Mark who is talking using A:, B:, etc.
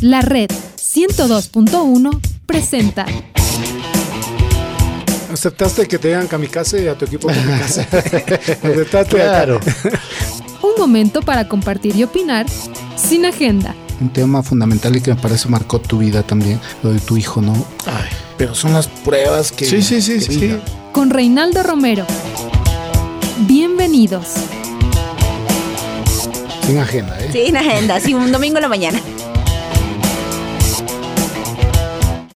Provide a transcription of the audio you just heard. A: La Red 102.1 presenta.
B: ¿Aceptaste que te digan kamikaze y a tu equipo kamikaze? ¿Aceptaste?
C: Claro.
A: Un momento para compartir y opinar sin agenda.
D: un tema fundamental y que me parece marcó tu vida también, lo de tu hijo, ¿no?
C: Ay,
D: Pero son las pruebas que...
C: sí, sí, sí,
D: que
C: sí.
D: diga.
A: Con Reinaldo Romero. Bienvenidos.
D: Sin agenda, ¿eh?
B: ¿eh?
E: Sí, en agenda, sí, un domingo en la mañana.